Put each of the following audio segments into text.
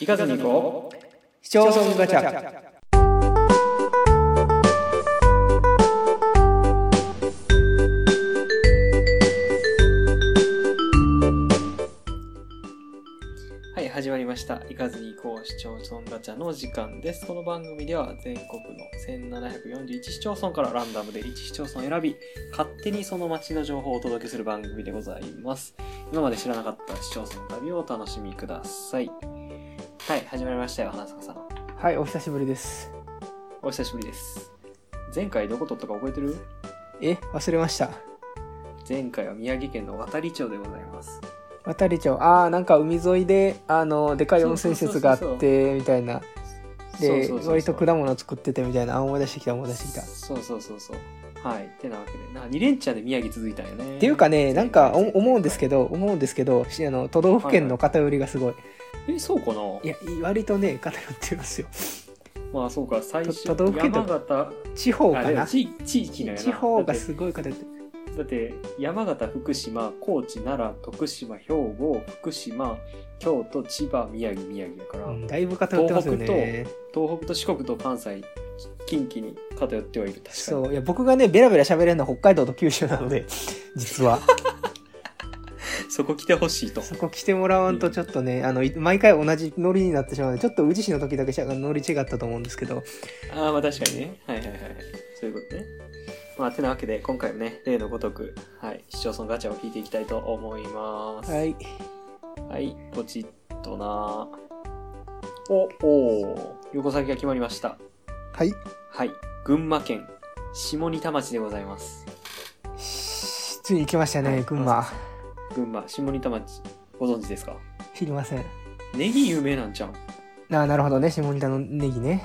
行かずに行こう市町村ガチャはい始まりました「行かずに行こう市町村ガチャ」の時間ですこの番組では全国の1741市町村からランダムで1市町村を選び勝手にその町の情報をお届けする番組でございます今まで知らなかった市町村の旅をお楽しみくださいはい始まりましたよ花坂さんはいお久しぶりですお久しぶりです前回どこ撮ったか覚えてるえ忘れました前回は宮城県の渡里町でございます渡里町ああなんか海沿いであのでかい温泉施設があそうっそうてみたいなでそうそうそうそう割と果物作っててみたいなあ思い出してきた思い出してきたっそうそうそうそうはいってなわけでなんか2連チャンで宮城続いたんよねっていうかねなんかお思うんですけどど思うんですけどしあの都道府県の偏りがすごい、えそうかないや割とね偏ってますよまあそうか最初都道府県と山形地方あかでもな地地域のよな地方がだってすごい偏ってだって山形福島高知奈良徳島兵庫福島京都千葉宮城宮城だから、うんだいぶ偏ってますよね東北と四国と関西近畿に偏ってはいる確かにそういや僕がねベラベラ喋れるのは北海道と九州なので実はそこ来てほしいとそこ来てもらわんとちょっとねあのい毎回同じノリになってしまうのでちょっと宇治市の時だけしゃノリ違ったと思うんですけどああまあ確かにねはいはいはいそういうことねまあてなわけで今回もね例のごとく、はい、市町村ガチャを引いていきたいと思いますはいはい、ポチッとなおおー横先が決まりましたはいはい群馬県下仁田町でございますしついに来ましたね、はい群馬群馬下仁田町ご存知ですか知りませんネギ有名なんじゃんあなるほどね下仁田のネギね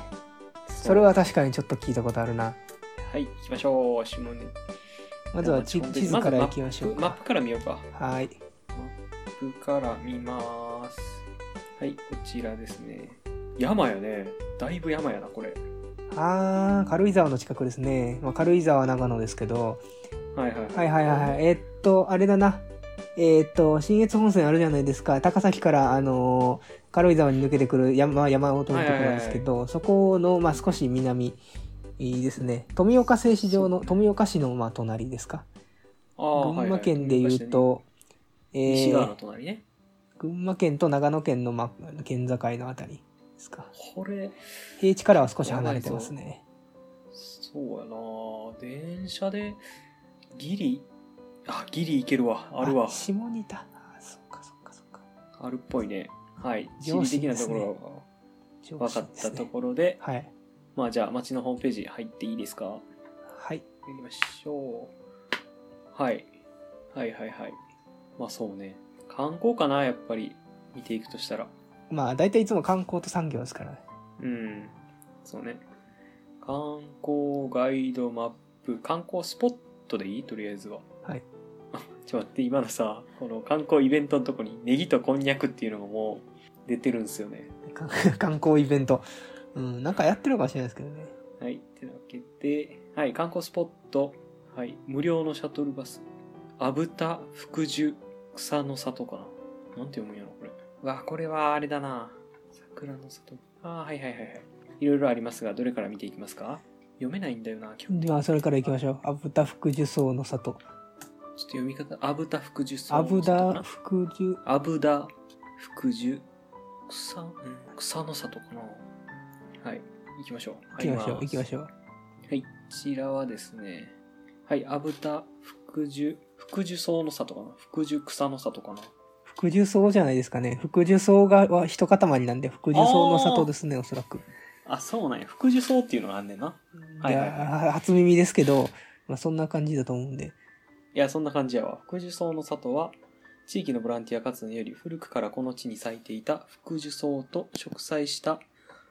それは確かにちょっと聞いたことあるなはい行きましょう下仁まずは地まず地図からいきましょうマッかプから見ようかはいマップから見ますはいこちらですね山やねだいぶ山やなこれあー軽井沢の近くですね、まあ、軽井沢は長野ですけどはいはいはいはいはいはい。えーっと、あれだな。えーっと、新越本線あるじゃないですか。高崎から、あのー軽井沢に抜けてくる山、山を通るところなんですけど、そこの、まあ、少し南ですね。富岡製糸場の、富岡市の、まあ、隣ですか。あー群馬県で言う、と、はいはいえ西側のー、隣ね群馬県と長野県の、まあ、県境のあたりですか。これ平地からは少し離れてますね。そうやな電車でギリあギリ行けるわあるわ下仁田。あそっかそっかそっか。あるっぽいねはい地上理信的なでとすこねろ上が分か信っですたねところではい。まあじゃあ町のホームページ入っていいですかはい。行きましょう、はい、はいはいはいまあそうね観光かなやっぱり見ていくとしたらまあ大体いつも観光と産業ですからね。 うんそうね観光ガイドマップ観光スポットでいいとりあえずははいあ ちょっと待って今のさこの観光イベントのとこにネギとこんにゃくっていうのがもう出てるんですよねか観光イベント。うん、なんかやってるかもしれないですけどね。はいてなわけではい観光スポットはい無料のシャトルバスあぶた福寿草の里かななんて読むんやろこれうわこれはあれだな桜の里あーはいはいはいはいいろいろありますがどれから見ていきますか読めないんだよな基本的にでは、それから行きましょう。アブダ福寿草の里。ちょっと読み方、アブダ福寿草アの里ブかなダ福寿、アブダ福寿草、うん草の里かなはい、行きましょう。行きましょう、行きまょしょう。う。はい、こちらはですね、はい、アブダ福寿、福寿草の里かな福寿草の里かな福寿草じゃないですかね。福寿草がは一塊なんで、福寿草の里ですね、おそらく。あ、そうなんや。福寿草っていうのがあんねんな。はいはいはいや初耳ですけど、まあそんな感じだと思うんで。いや、そんな感じやわ。福寿草の里は、地域のボランティア活動より古くからこの地に咲いていた福寿草と植栽した、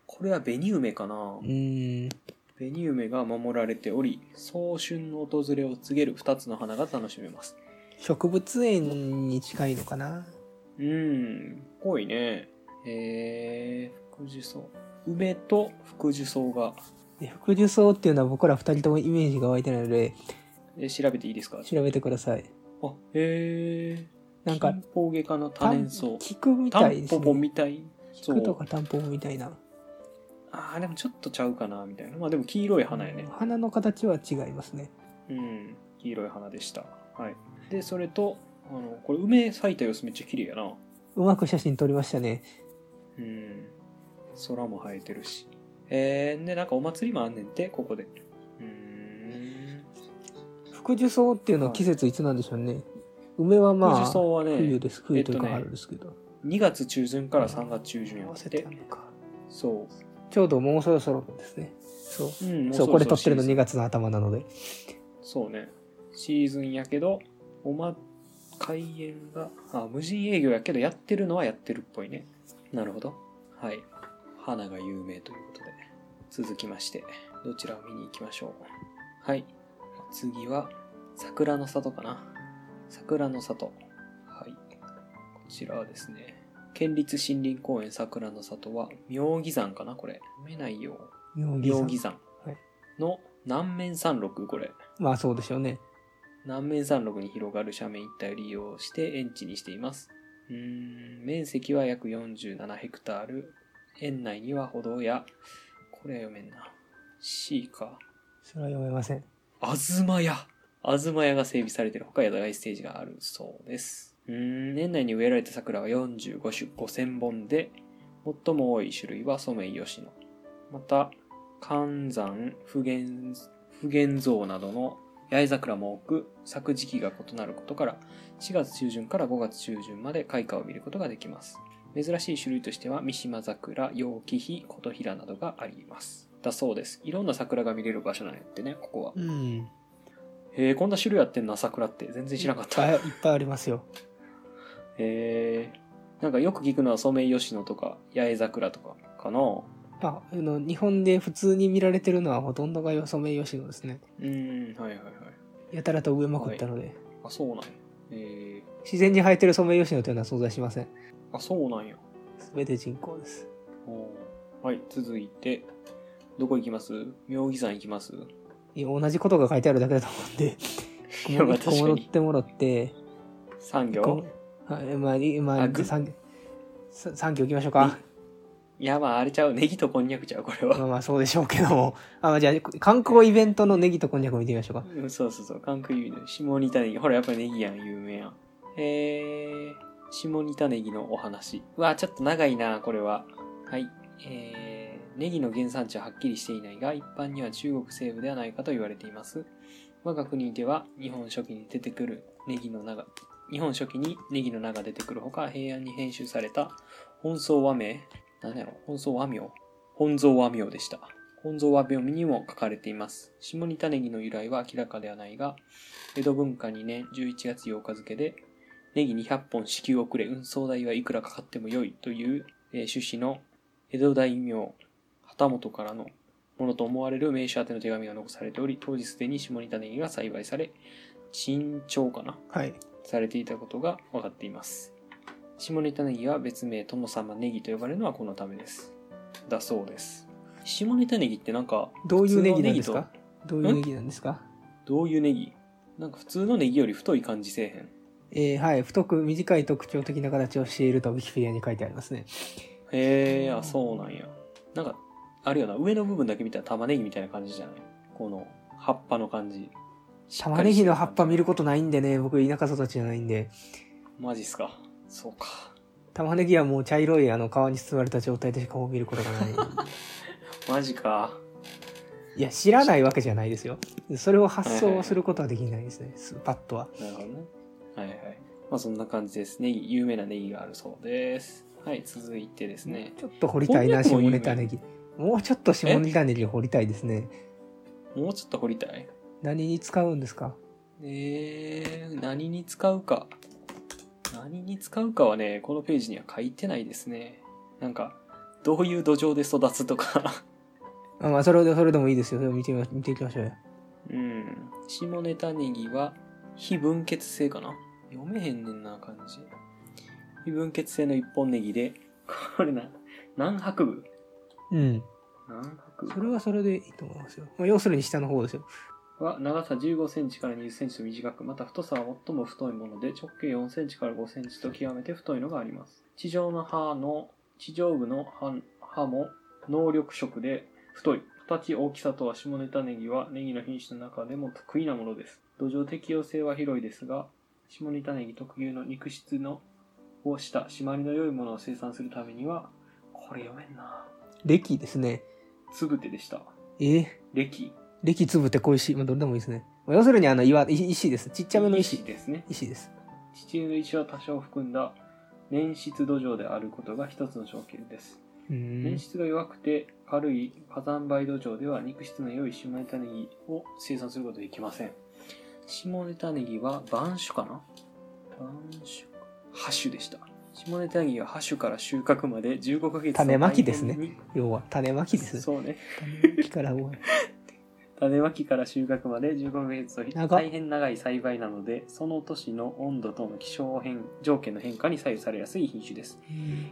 これは紅梅かなうーん。紅梅が守られており早春の訪れを告げる2つの花が楽しめます植物園に近いのかなうーん濃いねえー、福寿草梅と福寿草がで福寿草っていうのは僕ら二人ともイメージが湧いてないので、え調べていいですか調べてください。あへえなんか金、ポウゲ科の多年草聞くみタたいンですポポね。みたい菊とかタンポポみたいな。ああでもちょっとちゃうかなみたいなまあでも黄色い花やね花の形は違いますね。うん黄色い花でしたはいでそれとあのこれ梅咲いた様子めっちゃ綺麗やなうまく写真撮りましたね。うん空も生えてるしえー、でなんかお祭りもあんねんてここでうーん福寿草っていうのは季節いつなんでしょうね。梅はま富士あ草はね冬です。冬というかえっとね春ですけど。 2月中旬から3月中旬に合わせて合わせてあるのかそちょうどもうそろそろですね。そう。う,、うん、もそうこれ撮ってるのシーズ2ン月の頭なので。そうねシーズンやけどおま開園があ無人営業やけどやってるのはやってるっぽいねなるほどはい花が有名ということで続きましてどちらを見に行きましょうはい次は桜の里かな桜の里はいこちらはですね県立森林公園桜の里は妙義山かなこれ読めないよ妙義妙山義山はいの南面山麓これまあそうでしょうね。南面山麓に広がる斜面一帯を利用して園地にしています。うーん、面積は約47ヘクタール。園内には歩道や、これは読めんな。C か。それは読めません。あずま屋。あずま屋が整備されている他野外ステージがあるそうです。うーん、園内に植えられた桜は45種5000本で、最も多い種類はソメイヨシノ。また、寒山、不言、不言像などの八重桜も多く、咲く時期が異なることから、4月中旬から5月中旬まで開花を見ることができます。珍しい種類としては、三島桜、楊貴妃、琴平などがあります。だそうです。いろんな桜が見れる場所なんやってね、ここは。うん。へえ、こんな種類あってんな、桜って。全然知らなかっいた。っへぱいいっぱいありますよ。え。なんかよく聞くのはソメイヨシノとか、八重桜とかかな。まあ、あの日本で普通に見られてるのはほとんどがよそめよしのですね。うん、はいはいはい。やたらと植えまくったので、あ、そうなんや。え自然に生えてるソメイヨシノというのは存在しません。ー、あ、そうなんや。すべて人工です。おーはい、続いて、どこ行きます妙義山行きますいや同じことが書いてあるだけだと思うんで、いやまあ小物っ。てもらって、産業こうはい、まあ、いまあ、あぐ3行行きましょうか。いや、まあ、あれちゃう。ネギとこんにゃくちゃう、これまあは。まあ、そうでしょうけども。 あ、まあ、じゃあ、観光イベントのネギとこんにゃく見てみましょうか。うん、そうそうそう。韓国の下仁田ネギ。ほら、やっぱネギやん、有名やん。えー、下仁田ネギのお話。うわ、ちょっと長いな、これは。はい。えー、ネギの原産地ははっきりしていないが、一般には中国西部ではないかと言われています。我が国では、日本初期に出てくるネギの名が、日本初期にネギの名が出てくるほか、平安に編集された本草和名何やろ本草和名本草和名でした。本草和名にも書かれています。下仁田ネギの由来は明らかではないが、江戸文化2年11月8日付で、ネギ200本支給遅れ、運送代はいくらかかってもよいという、えー趣旨の江戸大名、旗本からのものと思われる名手宛ての手紙が残されており、当時すでに下仁田ネギが栽培され、珍重かなはい。されていたことが分かっています下ネタネギは別名殿様ネギと呼ばれるのはこのためですだそうです下ネタネギってなんかどういうネギなんで普す通のネギかどういうネギなんですかとどういうネギなんか普通のネギより太い感じせえへんえーはい。太く短い特徴的な形をしているとウィキペディアに書いてありますね。へえあそうなんやなんかあるよな上の部分だけ見たら玉ねぎみたいな感じじゃないこの葉っぱの感じ玉ねぎの葉っぱ見ることないんでね、僕田舎育ちじゃないんで、マジっすかそうか玉ねぎはもう茶色いあの皮に包まれた状態でしかもう見ることが ない。マジかいや、知らないわけじゃないですよ。それを発想することはできないですね、スパッとは。なるほどね。はいはい。まあそんな感じですね。有名なネギがあるそうです。はい、続いてですね。ちょっと掘りたいな、こ下んにゃくも有名ネタネギ。もうちょっと下ネタネギを掘りたいですね。もうちょっと掘りたい何に使うんですかえー、何に使うか。何に使うかはね、このページには書いてないですね。なんか、どういう土壌で育つとか。 あまあ、それで、それでもいいですよ。それを見てみま、見ていきましょうよ。うん。下ネタネギは非分血性かな読めへんねんな、感じ。非分血性の一本ネギで、これな、南白部うん。南白部それはそれでいいと思いますよ。まあ、要するに下の方ですよ。は長さ15センチから20センチと短く、また太さは最も太いもので、直径4センチから5センチと極めて太いのがあります。地上の葉の地上部の歯歯も能力色で太い。形、大きさとは下ネタネギはネギの品種の中でも得意なものです。土壌適応性は広いですが、下ネタネギ特有の肉質のをした締まりの良いものを生産するためには、これ読めんな。歴ですね。つぶてでした。えー、歴。歴粒って小石。まあ、どれでもいいですね。まあ要するに、あの、岩、い石です。ちっちゃめの石。ですね。石です。地中の石を多少含んだ粘質土壌であることが一つの条件です。うー粘ん。質が弱くて軽い火山灰土壌では肉質の良い下ネタネギを生産することができません。下ネタネギは晩種かな晩種か。ハ種でした。下ネタネギはハ種から収穫まで15ヶ月の種まきですね大変に。要は、種まきですね。そうね。種まきから多い。種まきから収穫まで15ヶ月と長っ大変長い栽培なので、その年の温度との気象変条件の変化に左右されやすい品種です。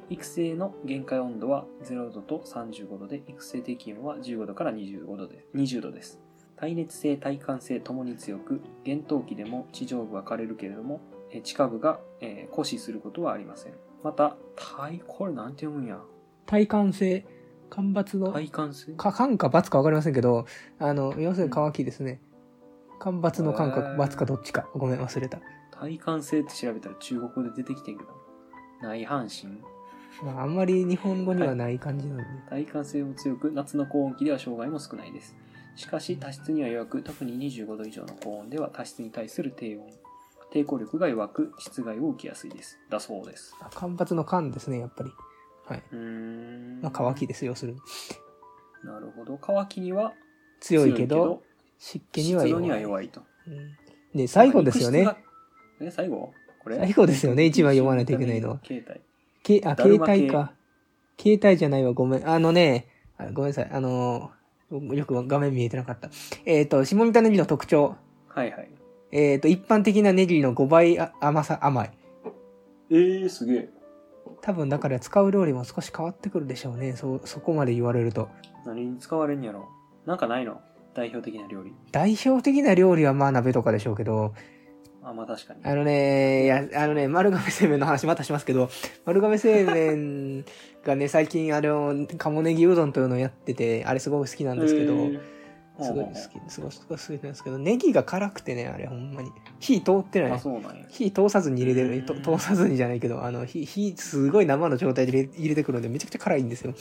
育成の限界温度は0度と35度で、育成適温は15度から25度で20度です。耐熱性、耐寒性ともに強く、厳冬期でも地上部は枯れるけれども、えー地下部が、えー、枯死することはありません。また、耐、これなんて読むんや。 体感性、干ばつの、耐寒性か、感か罰か分かりませんけど、あの、要するに乾きですね。干ばつの感へー覚、罰かどっちか。ごめん、忘れた。耐寒性って調べたら中国語で出てきてんけど。内半身まあ、あんまり日本語にはない感じなんで。耐寒性も強く、夏の高温期では障害も少ないです。しかし、多湿には弱く、特に25度以上の高温では多湿に対する低温、抵抗力が弱く、室外を受けやすいです。だそうです。あ干ばつの感ですね、やっぱり。はい。うーん。まあ、乾きです、要するに。なるほど。乾きには強いけど、湿気に湿は度弱い。には弱いと。うんで、最後ですよねまあ。。肉質がえ、最後これ最後ですよね一番読まないといけないのは携帯。けあ、だる携ま帯か。携帯じゃないわ、ごめん。あのね、あごめんなさい。あのーよく画面見えてなかった。えっ、と、下仁田ネギの特徴。はいはい。えっ、と、一般的なネギの5倍あ甘さ、甘い。えー、すげえ。多分だから使う料理も少し変わってくるでしょうね。そ、そこまで言われると。何に使われんやろなんかないの代表的な料理。代表的な料理はまあ鍋とかでしょうけど、あ、まあ確かに。あのね、いや、あのね、丸亀製麺の話またしますけど、丸亀製麺がね、最近あれを、鴨ネギうどんというのをやってて、あれすごく好きなんですけど、えーすごいほうほうほう好き、すごいすごい好きなんですけど、ネギが辛くてね、あれほんまに。火通ってなあ、い。そうなんや。火通さずに入れてる。とうん通さずにじゃないけど、あの、火、火すごい生の状態で入れ入れてくるので、めちゃくちゃ辛いんですよ。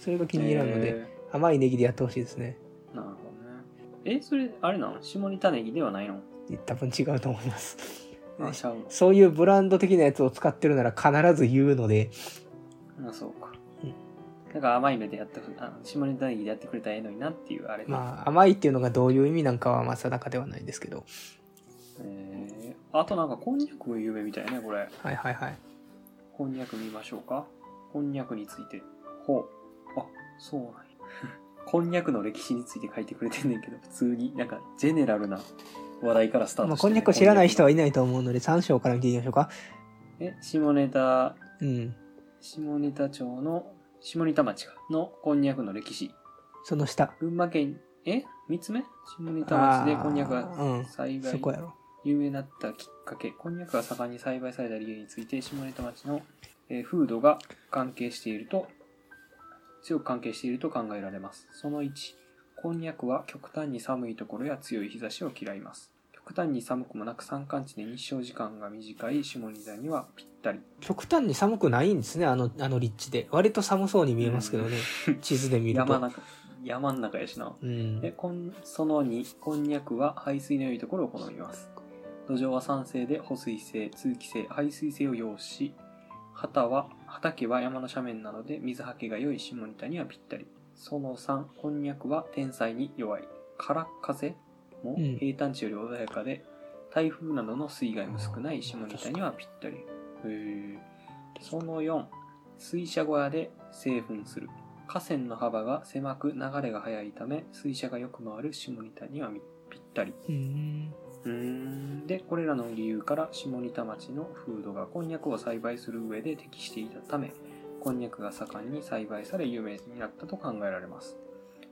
それが気に入らんので、え甘いネギでやってほしいですね。ーなるほどね。え、それ、あれなの下仁田ネギではないの多分違うと思います。あ、ちゃうの。そういうブランド的なやつを使ってるなら必ず言うので、あ、そうかうん。なんか甘い目でやってくあ下仁田ネギでやってくれたらええのになっていうあれ。まあ、甘いっていうのがどういう意味なんかはまあ定かではないですけど。えーあとなんかこんにゃくも有名みたいね、これ。はいはいはい。こんにゃく見ましょうか。こんにゃくについて。ほう。あ、そうなんや。こんにゃくの歴史について書いてくれてんねんけど、普通になんかジェネラルな話題からスタートまあ、してこんにゃくを知らないは。人はいないと思うので、3章から見ていきましょうか。え、下ネタうん。下仁田町の下仁田町かのこんにゃくの歴史その下。群馬県え三つ目下仁田町でこんにゃくあーうがん栽そこや培ろ。有名になったきっかけこんにゃくが盛んに栽培された理由について下仁田町の、えー風土が関係していると強く関係していると考えられますその1こんにゃくは極端に寒いところや強い日差しを嫌います極端に寒くもなく山間地で日照時間が短い下仁田にはぴったり極端に寒くないんですね、あの、あの立地で。割と寒そうに見えますけどね、地図で見る山と。中山ん中やしなうんで。こんその2こんにゃくは排水の良いところを好みます土壌は酸性で保水性通気性排水性を要し旗は畑は山の斜面なので水はけが良い下仁田にはぴったりその3こんにゃくは天才に弱い空っ風もうん平坦地より穏やかで、台風などの水害も少ない下仁田にはぴったりへえその4水車小屋で製粉する河川の幅が狭く流れが速いため水車がよく回る下仁田にはみぴったりうん。でこれらの理由から下仁田町の風土がこんにゃくを栽培する上で適していたためこんにゃくが盛んに栽培され有名になったと考えられます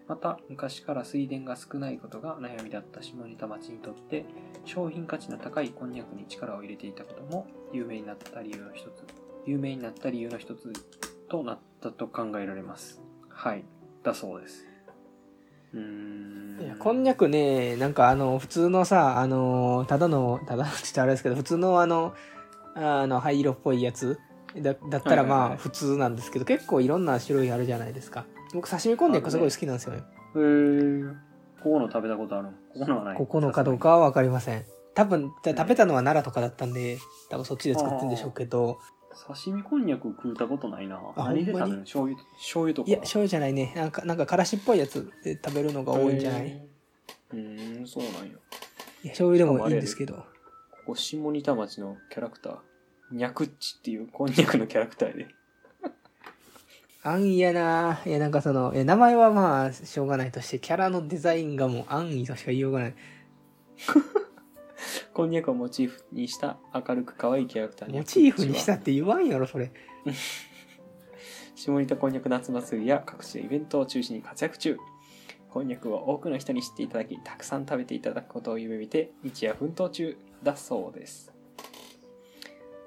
また昔から水田が少ないことが悩みだった下仁田町にとって商品価値の高いこんにゃくに力を入れていたことも有名になった理由の一つ有名になった理由の一つとなったと考えられます。はい。だそうです。うーん。いやこんにゃくねなんかあの普通のさあのただのただのって言ったらあれですけど普通のあのあの灰色っぽいやつだだはったらいはいはいまあ普通なんですけど、結構いろんな種類あるじゃないですか僕刺身こんにゃくすごい好きなんですよねへーここの食べたことあるのここのはない。ここのかどうかは分かりません多分じゃあ食べたのは奈良とかだったんで多分そっちで作ってるんでしょうけどさすがに。刺身こんにゃく食うたことないな。あ何で食べほんるまの醤油、醤油とか。いや醤油じゃないねなんかなんかからしっぽいやつで食べるのが多いんじゃないいへーうーん、そうなんよ。や醤油でもいいんですけどここ下仁田町のキャラクター、ニャクッチっていうこんにゃくのキャラクターやで。あんやないや、なんかその、いや名前はまあ、しょうがないとして、キャラのデザインがもう安易としか言いようがない。こんにゃくをモチーフにした明るく可愛いキャラクターモチーフにニャクッしたチはって言わんやろ、それ。下仁田こんにゃく夏祭りや各地でイベントを中心に活躍中こんにゃくを多くの人に知っていただきたくさん食べていただくことを夢見て日夜奮闘中だそうです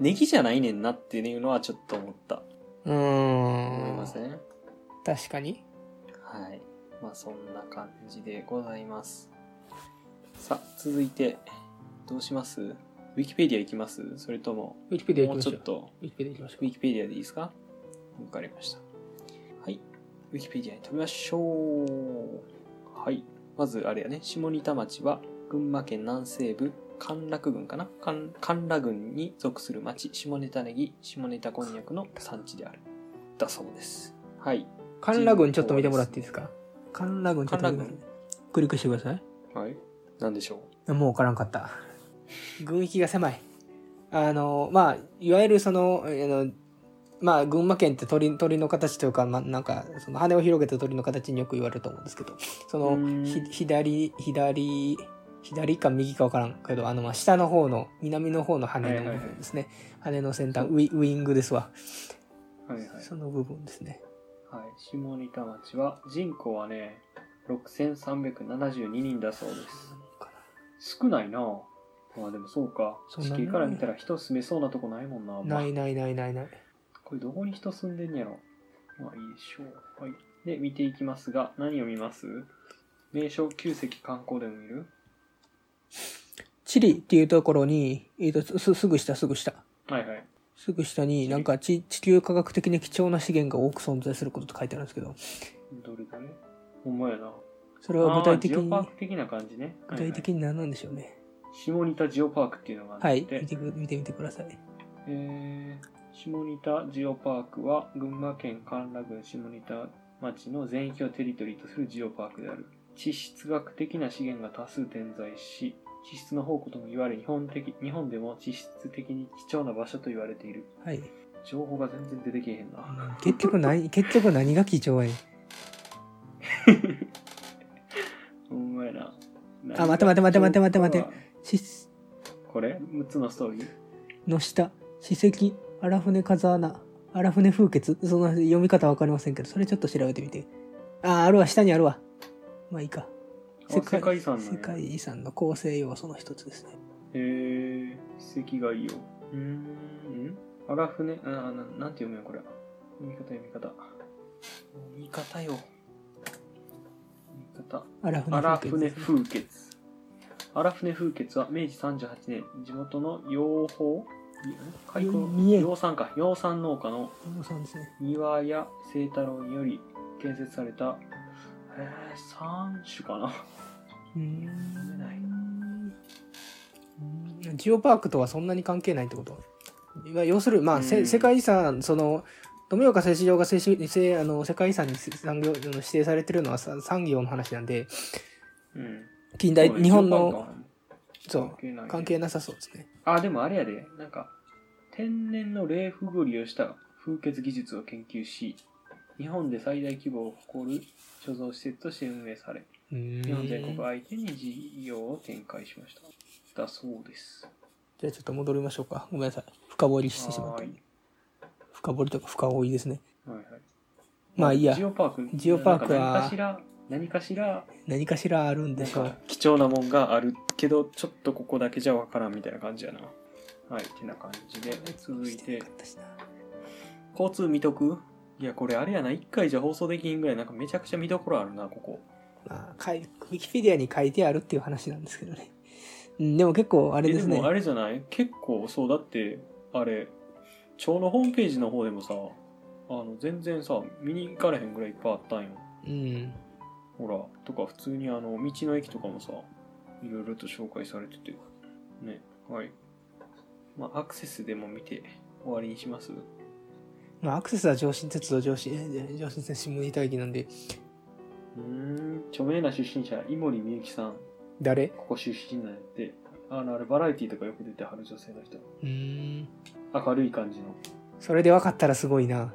ネギじゃないねんなっていうのはちょっと思ったう思いーまん。せん、確かに。はいまあそんな感じでございますさあ続いてどうしますウィキペディア行きますそれともウィキペディアも行うきちまょしょっう。とウィキペディア行きましウょィキペディアでいいですかわかりました。はい。ウィキペディアに飛びましょう。はい。まず、あれやね、下仁田町は、群馬県南西部、甘楽郡かな甘甘楽郡に属する町、下ネタネギ、下ネタこんにゃくの産地である。だそうです。はい。う。カンラ軍ちょっと見てもらっていいですかカンラ軍ちょっと見てくださカンい。クリックしてください。はい。なんでしょもう分からんかった。軍域が狭い。あの、まあ、いわゆるその、あの、まあ、群馬県って鳥鳥の形というか、まあ、なんか、その羽を広げた鳥の形によく言われると思うんですけど、そうの、んひ左、左、左か右か分からんけど、あの、まあ、下の方の、南の方の羽の部分ですね。羽の先端、ウィウイングですわ。うはいはい。その部分ですね。はい。下仁田町は、人口はね、6372人だそうです。少ないなまあでもそうかそんな地もん球から見たら人住めそうなとこないもんなまあないないないないない。これどこに人住んでんやろまあいいでしょうはいで見ていきますが何を見ます名所旧跡観光でも見るチリっていうところに、えっ、と、す、すぐ下、すぐ下。はいはいすぐ下になんか地地球科学的に貴重な資源が多く存在することって書いてあるんですけど、どれどれほんまやなそれは具体的あージオに、パーク的な感じね具体的に、に何なんでしょうね。はいはい下仁田ジオパークっていうのがあって、はい、見てく見てみてください。えー下仁田ジオパークは群馬県甘楽郡下仁田町の全域をテリトリーとするジオパークである地質学的な資源が多数点在し地質の宝庫とも言われ日本的日本でも地質的に貴重な場所と言われているはい。情報が全然出てけえへんな結局 何、結局何が貴重やねん。ほんまやなあ待て待て待て待て待て待て情報は地質これ6つのストーリーの下、史跡、荒船風穴、荒船風穴、その読み方わかりませんけど、それちょっと調べてみて。あー、あるわ、下にあるわ。まあいいか。あ世界遺産なんや世界遺産の構成要素の一つですね。へえー、史跡がいいよ。うーん。あら船、あなななんて読むよ、これ。読み方、読み方。読み方よ。読み方。荒船あ風穴らですね船風穴。あら船風穴は明治38年、地元の養蜂開口いいえ養蚕か、養蚕農家のそうですね。庭屋清太郎により建設された、えー、三種かな。うーめないんうんジオパークとはそんなに関係ないってことまあ要するに、うまあ、んせ世界遺産その富岡製糸場が製紙せあの世界遺産にせ産業あの指定されてるのはさ産業の話なんでうん。近代日 本そうのねそう関係ないね関係なさそうですねあ、でもあれやで、なんか、天然の冷風を利用した風穴技術を研究し、日本で最大規模を誇る貯蔵施設として運営され、うーん日本全国じ相手に事業を展開しました。だそうです。ゃあちょっと戻りましょうかごめんなさい深掘りしてしまったはーい深掘りとか深追いですねはいはい。まあいいやジオパーク。ジオパークはなんか何かしら、何かしら、何かしらあるんでしょなうんか貴重なもんがあるけど、ちょっとここだけじゃわからんみたいな感じやな。はい、てな感じで、続いしててなかっ、たしな交通見とくいや、これあれやな、1回じゃ放送できんぐらい、なんかめちゃくちゃ見どころあるな、ここ。まあ、かいウィキペディアに書いてあるっていう話なんですけどね。うん、でも結構あれえですねも。あれじゃない結構、そう、だって、あれ、町のホームページの方でもさ、あの、全然さ、見に行かれへんぐらいいっぱいあったんよ。うん。ほら、とか、普通にあの、道の駅とかもさ、いろいろと紹介されてて。ね、はい。まあ、アクセスでも見て終わりにしますまあ、アクセスは上信鉄道上信、え上信線下仁田駅なんで、うーん、著名な出身者、井森美幸さん、誰ここ出身なんやって、あの、あれ、バラエティとかよく出てはる女性の人。うーん。明るい感じの。それで分かったらすごいな。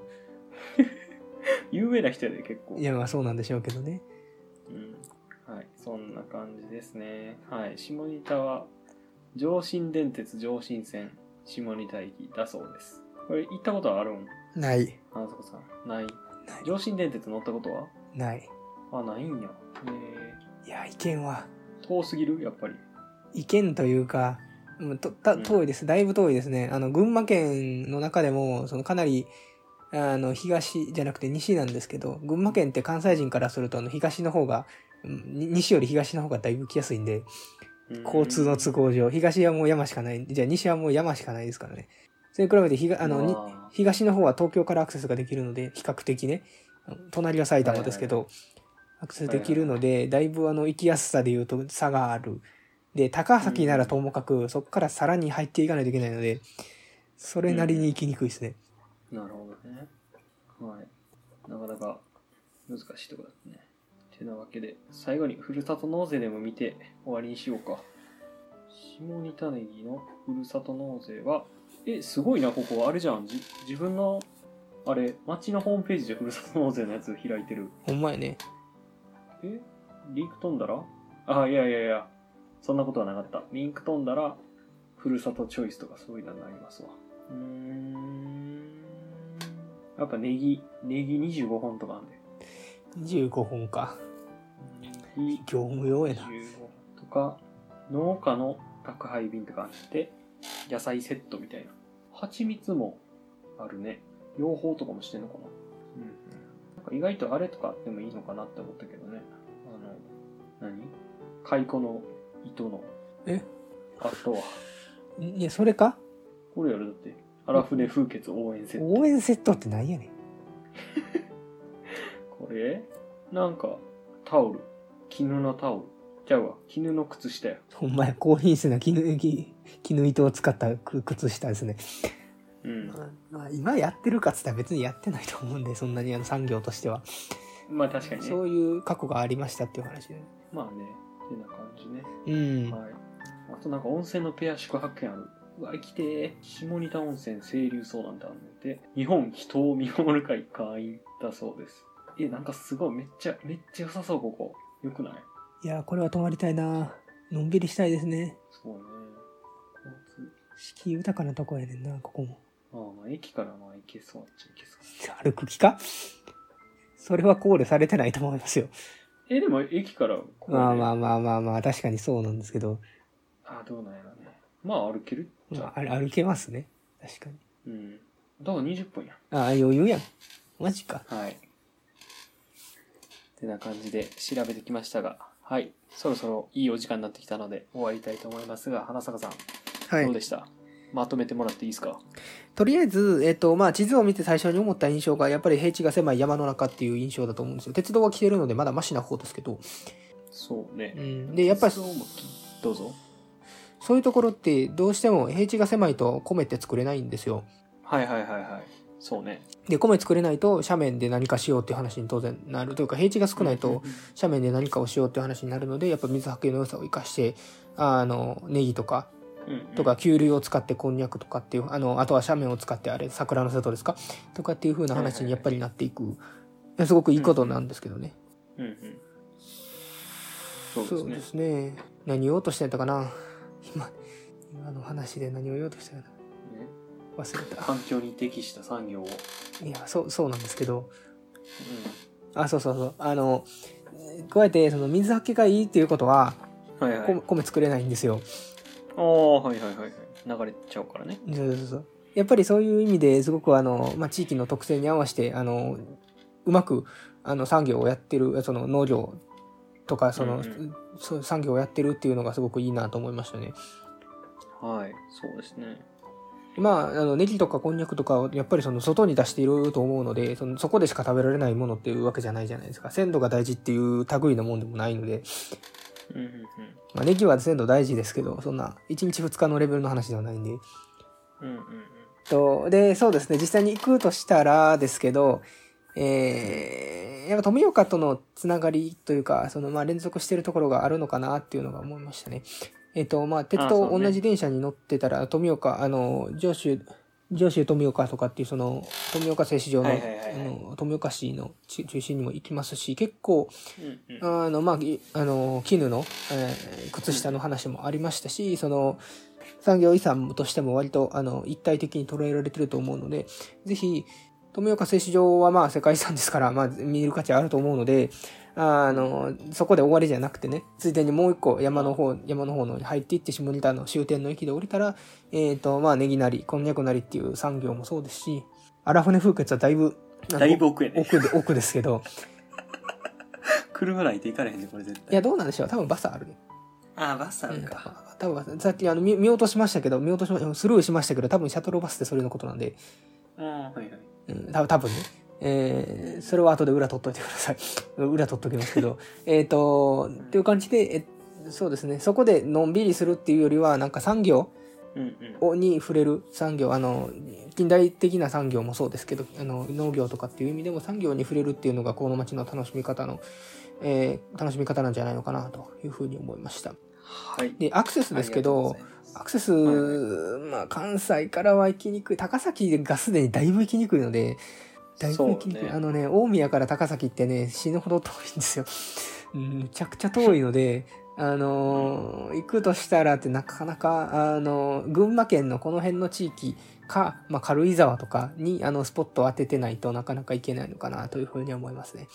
有名な人やで、結構。いや、まあそうなんでしょうけどね。うん。はい、そんな感じですね。はい、下仁田は、上信電鉄上信線、下仁田駅だそうです。これ、行ったことはあるんない。あそこさん。ない。ない上信電鉄乗ったことはない。あ、ないんや。えいや、意見は。ー、遠すぎるやっぱり。意見というか、うんとたうん遠いです。だいぶ遠いですね。あの、群馬県の中でも、そのかなり、あの、東じゃなくて西なんですけど、群馬県って関西人からすると、あの、東の方が、うんに西より東の方がだいぶ来やすいんで、うん交通の都合上、東はもう山しかない、じゃあ西はもう山しかないですからね。それに比べて、ひがあの、にまあ東の方は東京からアクセスができるので、比較的ね、あの隣は埼玉ですけど、はアクセスできるので、だいぶあの、行きやすさで言うと差がある。で、高崎ならともかく、そこからさらに入っていかないといけないので、それなりに行きにくいですね。なるほどね。はい。なかなか難しいとこだったね。てなわけで、最後にふるさと納税でも見て終わりにしようか。下仁田ネギのふるさと納税は、え、すごいな、ここ。あれじゃん。じ自分の、あれ、町のホームページでふるさと納税のやつ開いてる。ほんまやね。えリンク飛んだらあ、いやいやいや。そんなことはなかった。リンク飛んだら、ふるさとチョイスとかそういうのになりますわ。うーん。やっぱネギ、ネギ25本とかあんで。 15本か。ネギ業務用やな。 15本とか、農家の宅配便とかあって、野菜セットみたいな。蜂蜜もあるね。養蜂とかもしてんのかな。うん。なんか意外とあれとかあってもいいのかなって思ったけどね。あの、何蚕の糸の。えあとは、いや、それかこれやるだって。荒船風穴応援セット。応援セットってなんやねん。これなんか、タオル。絹のタオル。ちゃうわ。絹の靴下や。ほんまや、高品質な絹、絹絹糸を使った靴下ですね。うん。まあまあ、今やってるかっつったら別にやってないと思うんで、そんなにあの産業としては。まあ確かにね。そういう過去がありましたっていう話でね。まあね、てな感じね。うん。はい。あとなんか温泉のペア宿泊券ある。うわ、来てー。下仁田温泉清流相談ってあるので、日本人を見守る会会員だそうです。え、なんかすごい、めっちゃ、めっちゃ良さそう、ここ。よくないいや、これは泊まりたいな。のんびりしたいですね。すごいね。交通。四季豊かなとこやねんな、ここも。ああ、まあ駅からまあ行けそうっちゃ行けそう。歩く気かそれは考慮されてないと思いますよ。え、でも駅からここ、ね、まあまああ。まあまあまあ、確かにそうなんですけど、ああ、どうなんやろね。まあ歩けるっちゃまあ、あ歩けますね。確かに。うん。だから20分や。ああ、余裕やん。マジか。はい。てな感じで調べてきましたが、はい。そろそろいいお時間になってきたので終わりたいと思いますが、花坂さん、はどうでしたまとめてもらっていいですかとりあえず、えっとまあ、地図を見て最初に思った印象がやっぱり平地が狭い山の中っていう印象だと思うんですよ鉄道は来てるのでまだマシな方ですけど、そうねう。ん、でやっぱり鉄道もどうぞ。そういうところってどうしても平地が狭いと米って作れないんですよはいはいはいはい。そうね。で米作れないと斜面で何かしようっていう話に当然なるというか平地が少ないと斜面で何かをしようっていう話になるのでやっぱ水はけの良さを生かしてあのネギとかうんうん、とか、急流を使ってこんにゃくとかっていう、あの、あとは斜面を使ってあれ、桜の里ですかとかっていう風な話にやっぱりなっていく。いやすごくいいことなんですけどね。うんうん。そうですね。すね。何言おうとしてたかな今、今の話で何を言おうとしたかなね忘れた。環境に適した産業を。うん。いや、そう、そうなんですけど。あ、そうそうそう。あの、えー加えて、その水はけがいいっていうことは、はいはい。こ米作れないんですよ。ああ、はいはいはいはい。流れちゃうからね。そうそうそう。やっぱりそういう意味ですごくあの、まあ、地域の特性に合わせてあのうまくあの産業をやってるその農業とかその、うんうんそう産業をやってるっていうのがすごくいいなと思いましたね。はい、そうですね。まあ、あのネギとかこんにゃくとかをやっぱりその外に出していると思うのでそのそこでしか食べられないものっていうわけじゃないじゃないですか鮮度が大事っていう類のもんでもないので、うんうんまあ、ネギは鮮度大事ですけどそんな1日2日のレベルの話ではないんでうん。うんうんとでそうですね実際に行くとしたらですけどえー、やっぱ富岡とのつながりというかそのまあ連続してるところがあるのかなっていうのが思いましたね。えっ、とまあ鉄あとそうね同じ電車に乗ってたら富岡あの上州上州富岡とかっていうその富岡製糸場の,、はいはいはいはいあの富岡市のち中心にも行きますし結構うんうん。あのまあいあの絹の、えー靴下の話もありましたしその産業遺産としても割とあの一体的に捉えられてると思うのでぜひ富岡製糸場はまあ世界遺産ですから、まあ、見る価値あると思うのであのそこで終わりじゃなくてねついでにもう一個山の方山の方の入っていって下仁田の終点の駅で降りたら、えっとまあ、ネギなりこんにゃくなりっていう産業もそうですし荒船風穴はだいぶあのだいぶ奥やね。奥で奥ですけど車ないと行かれへんね、これ絶い対。やどうなんでしょう多分バスあるね。ああ、バスあうるんか。多分さっきあの見見落としましたけど見落としまスルーしましたけど多分シャトルバスってそれのことなんで、ああ、はいはい。うん、多分多分ね、えーそれは後で裏取っといてください 裏取っときますけど えっとっていう感じでえそうですねそこでのんびりするっていうよりはなんか産業うんうん。をに触れる産業あの近代的な産業もそうですけどあの農業とかっていう意味でも産業に触れるっていうのがこの町の楽しみ方の、えー楽しみ方なんじゃないのかなというふうに思いましたはい。でアクセスですけどありがとうございますアクセス、はまあ、関西からは行きにくい。高崎がすでにだいぶ行きにくいので、だいぶ行きにくい。そうねあのね、大宮から高崎ってね、死ぬほど遠いんですよ。うんむちゃくちゃ遠いので、あのー行くとしたらってなかなか、あのー群馬県のこの辺の地域か、まあ、軽井沢とかに、あの、スポットを当ててないとなかなか行けないのかなというふうに思いますね。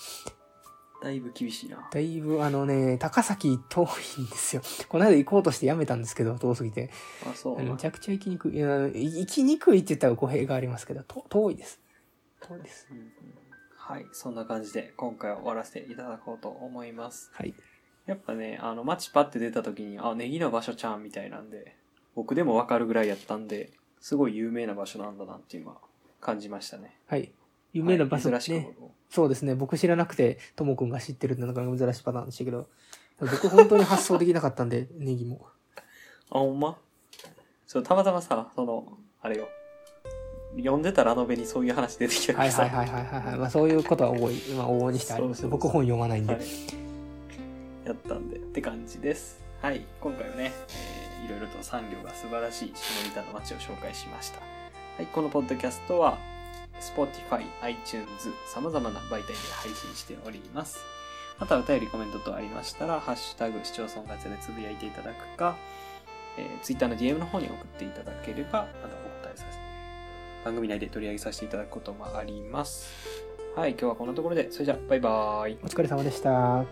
だいぶ厳しいな。だいぶ、あのね、高崎遠いんですよ。この間行こうとしてやめたんですけど、遠すぎて。あ、そう。めちゃくちゃ行きにくい。いやい行きにくいって言ったら語弊がありますけど、と遠いです。遠いです。うんうんはい、そんな感じで今回は終わらせていただこうと思います。はい。やっぱね、あの、街パって出た時に、あ、ネギの場所ちゃんみたいなんで、僕でもわかるぐらいやったんで、すごい有名な場所なんだなって今、感じましたね。はい。夢の場所はでいす珍しくね。僕もそうですね。僕知らなくて、ともくんが知ってるってなんか珍しいパターンでしたけど、僕本当に発想できなかったんで、 ネギも。あ、ほんまそう、たまたまさ、その、あれよ。読んでたラノベにそういう話出てきたかはいらさ。はいはいはいはいはい。まあそういうことは多い、まあ往々にしてありますそうそうそう僕本読まないんで。はいやったんでって感じですはい今回はね、えーいろいろと産業が素晴らしい下仁田の街を紹介しましたはいこのポッドキャストは Spotify、iTunes さまざまな媒体で配信しておりますまたお便りコメント等ありましたら「ハッシュタグ市町村ガチャ」でつぶやいていただくか、えー、Twitter の DM の方に送っていただければまたお答えさせて番組内で取り上げさせていただくこともありますはい今日はこんなところでそれじゃあバイバーイお疲れ様でした。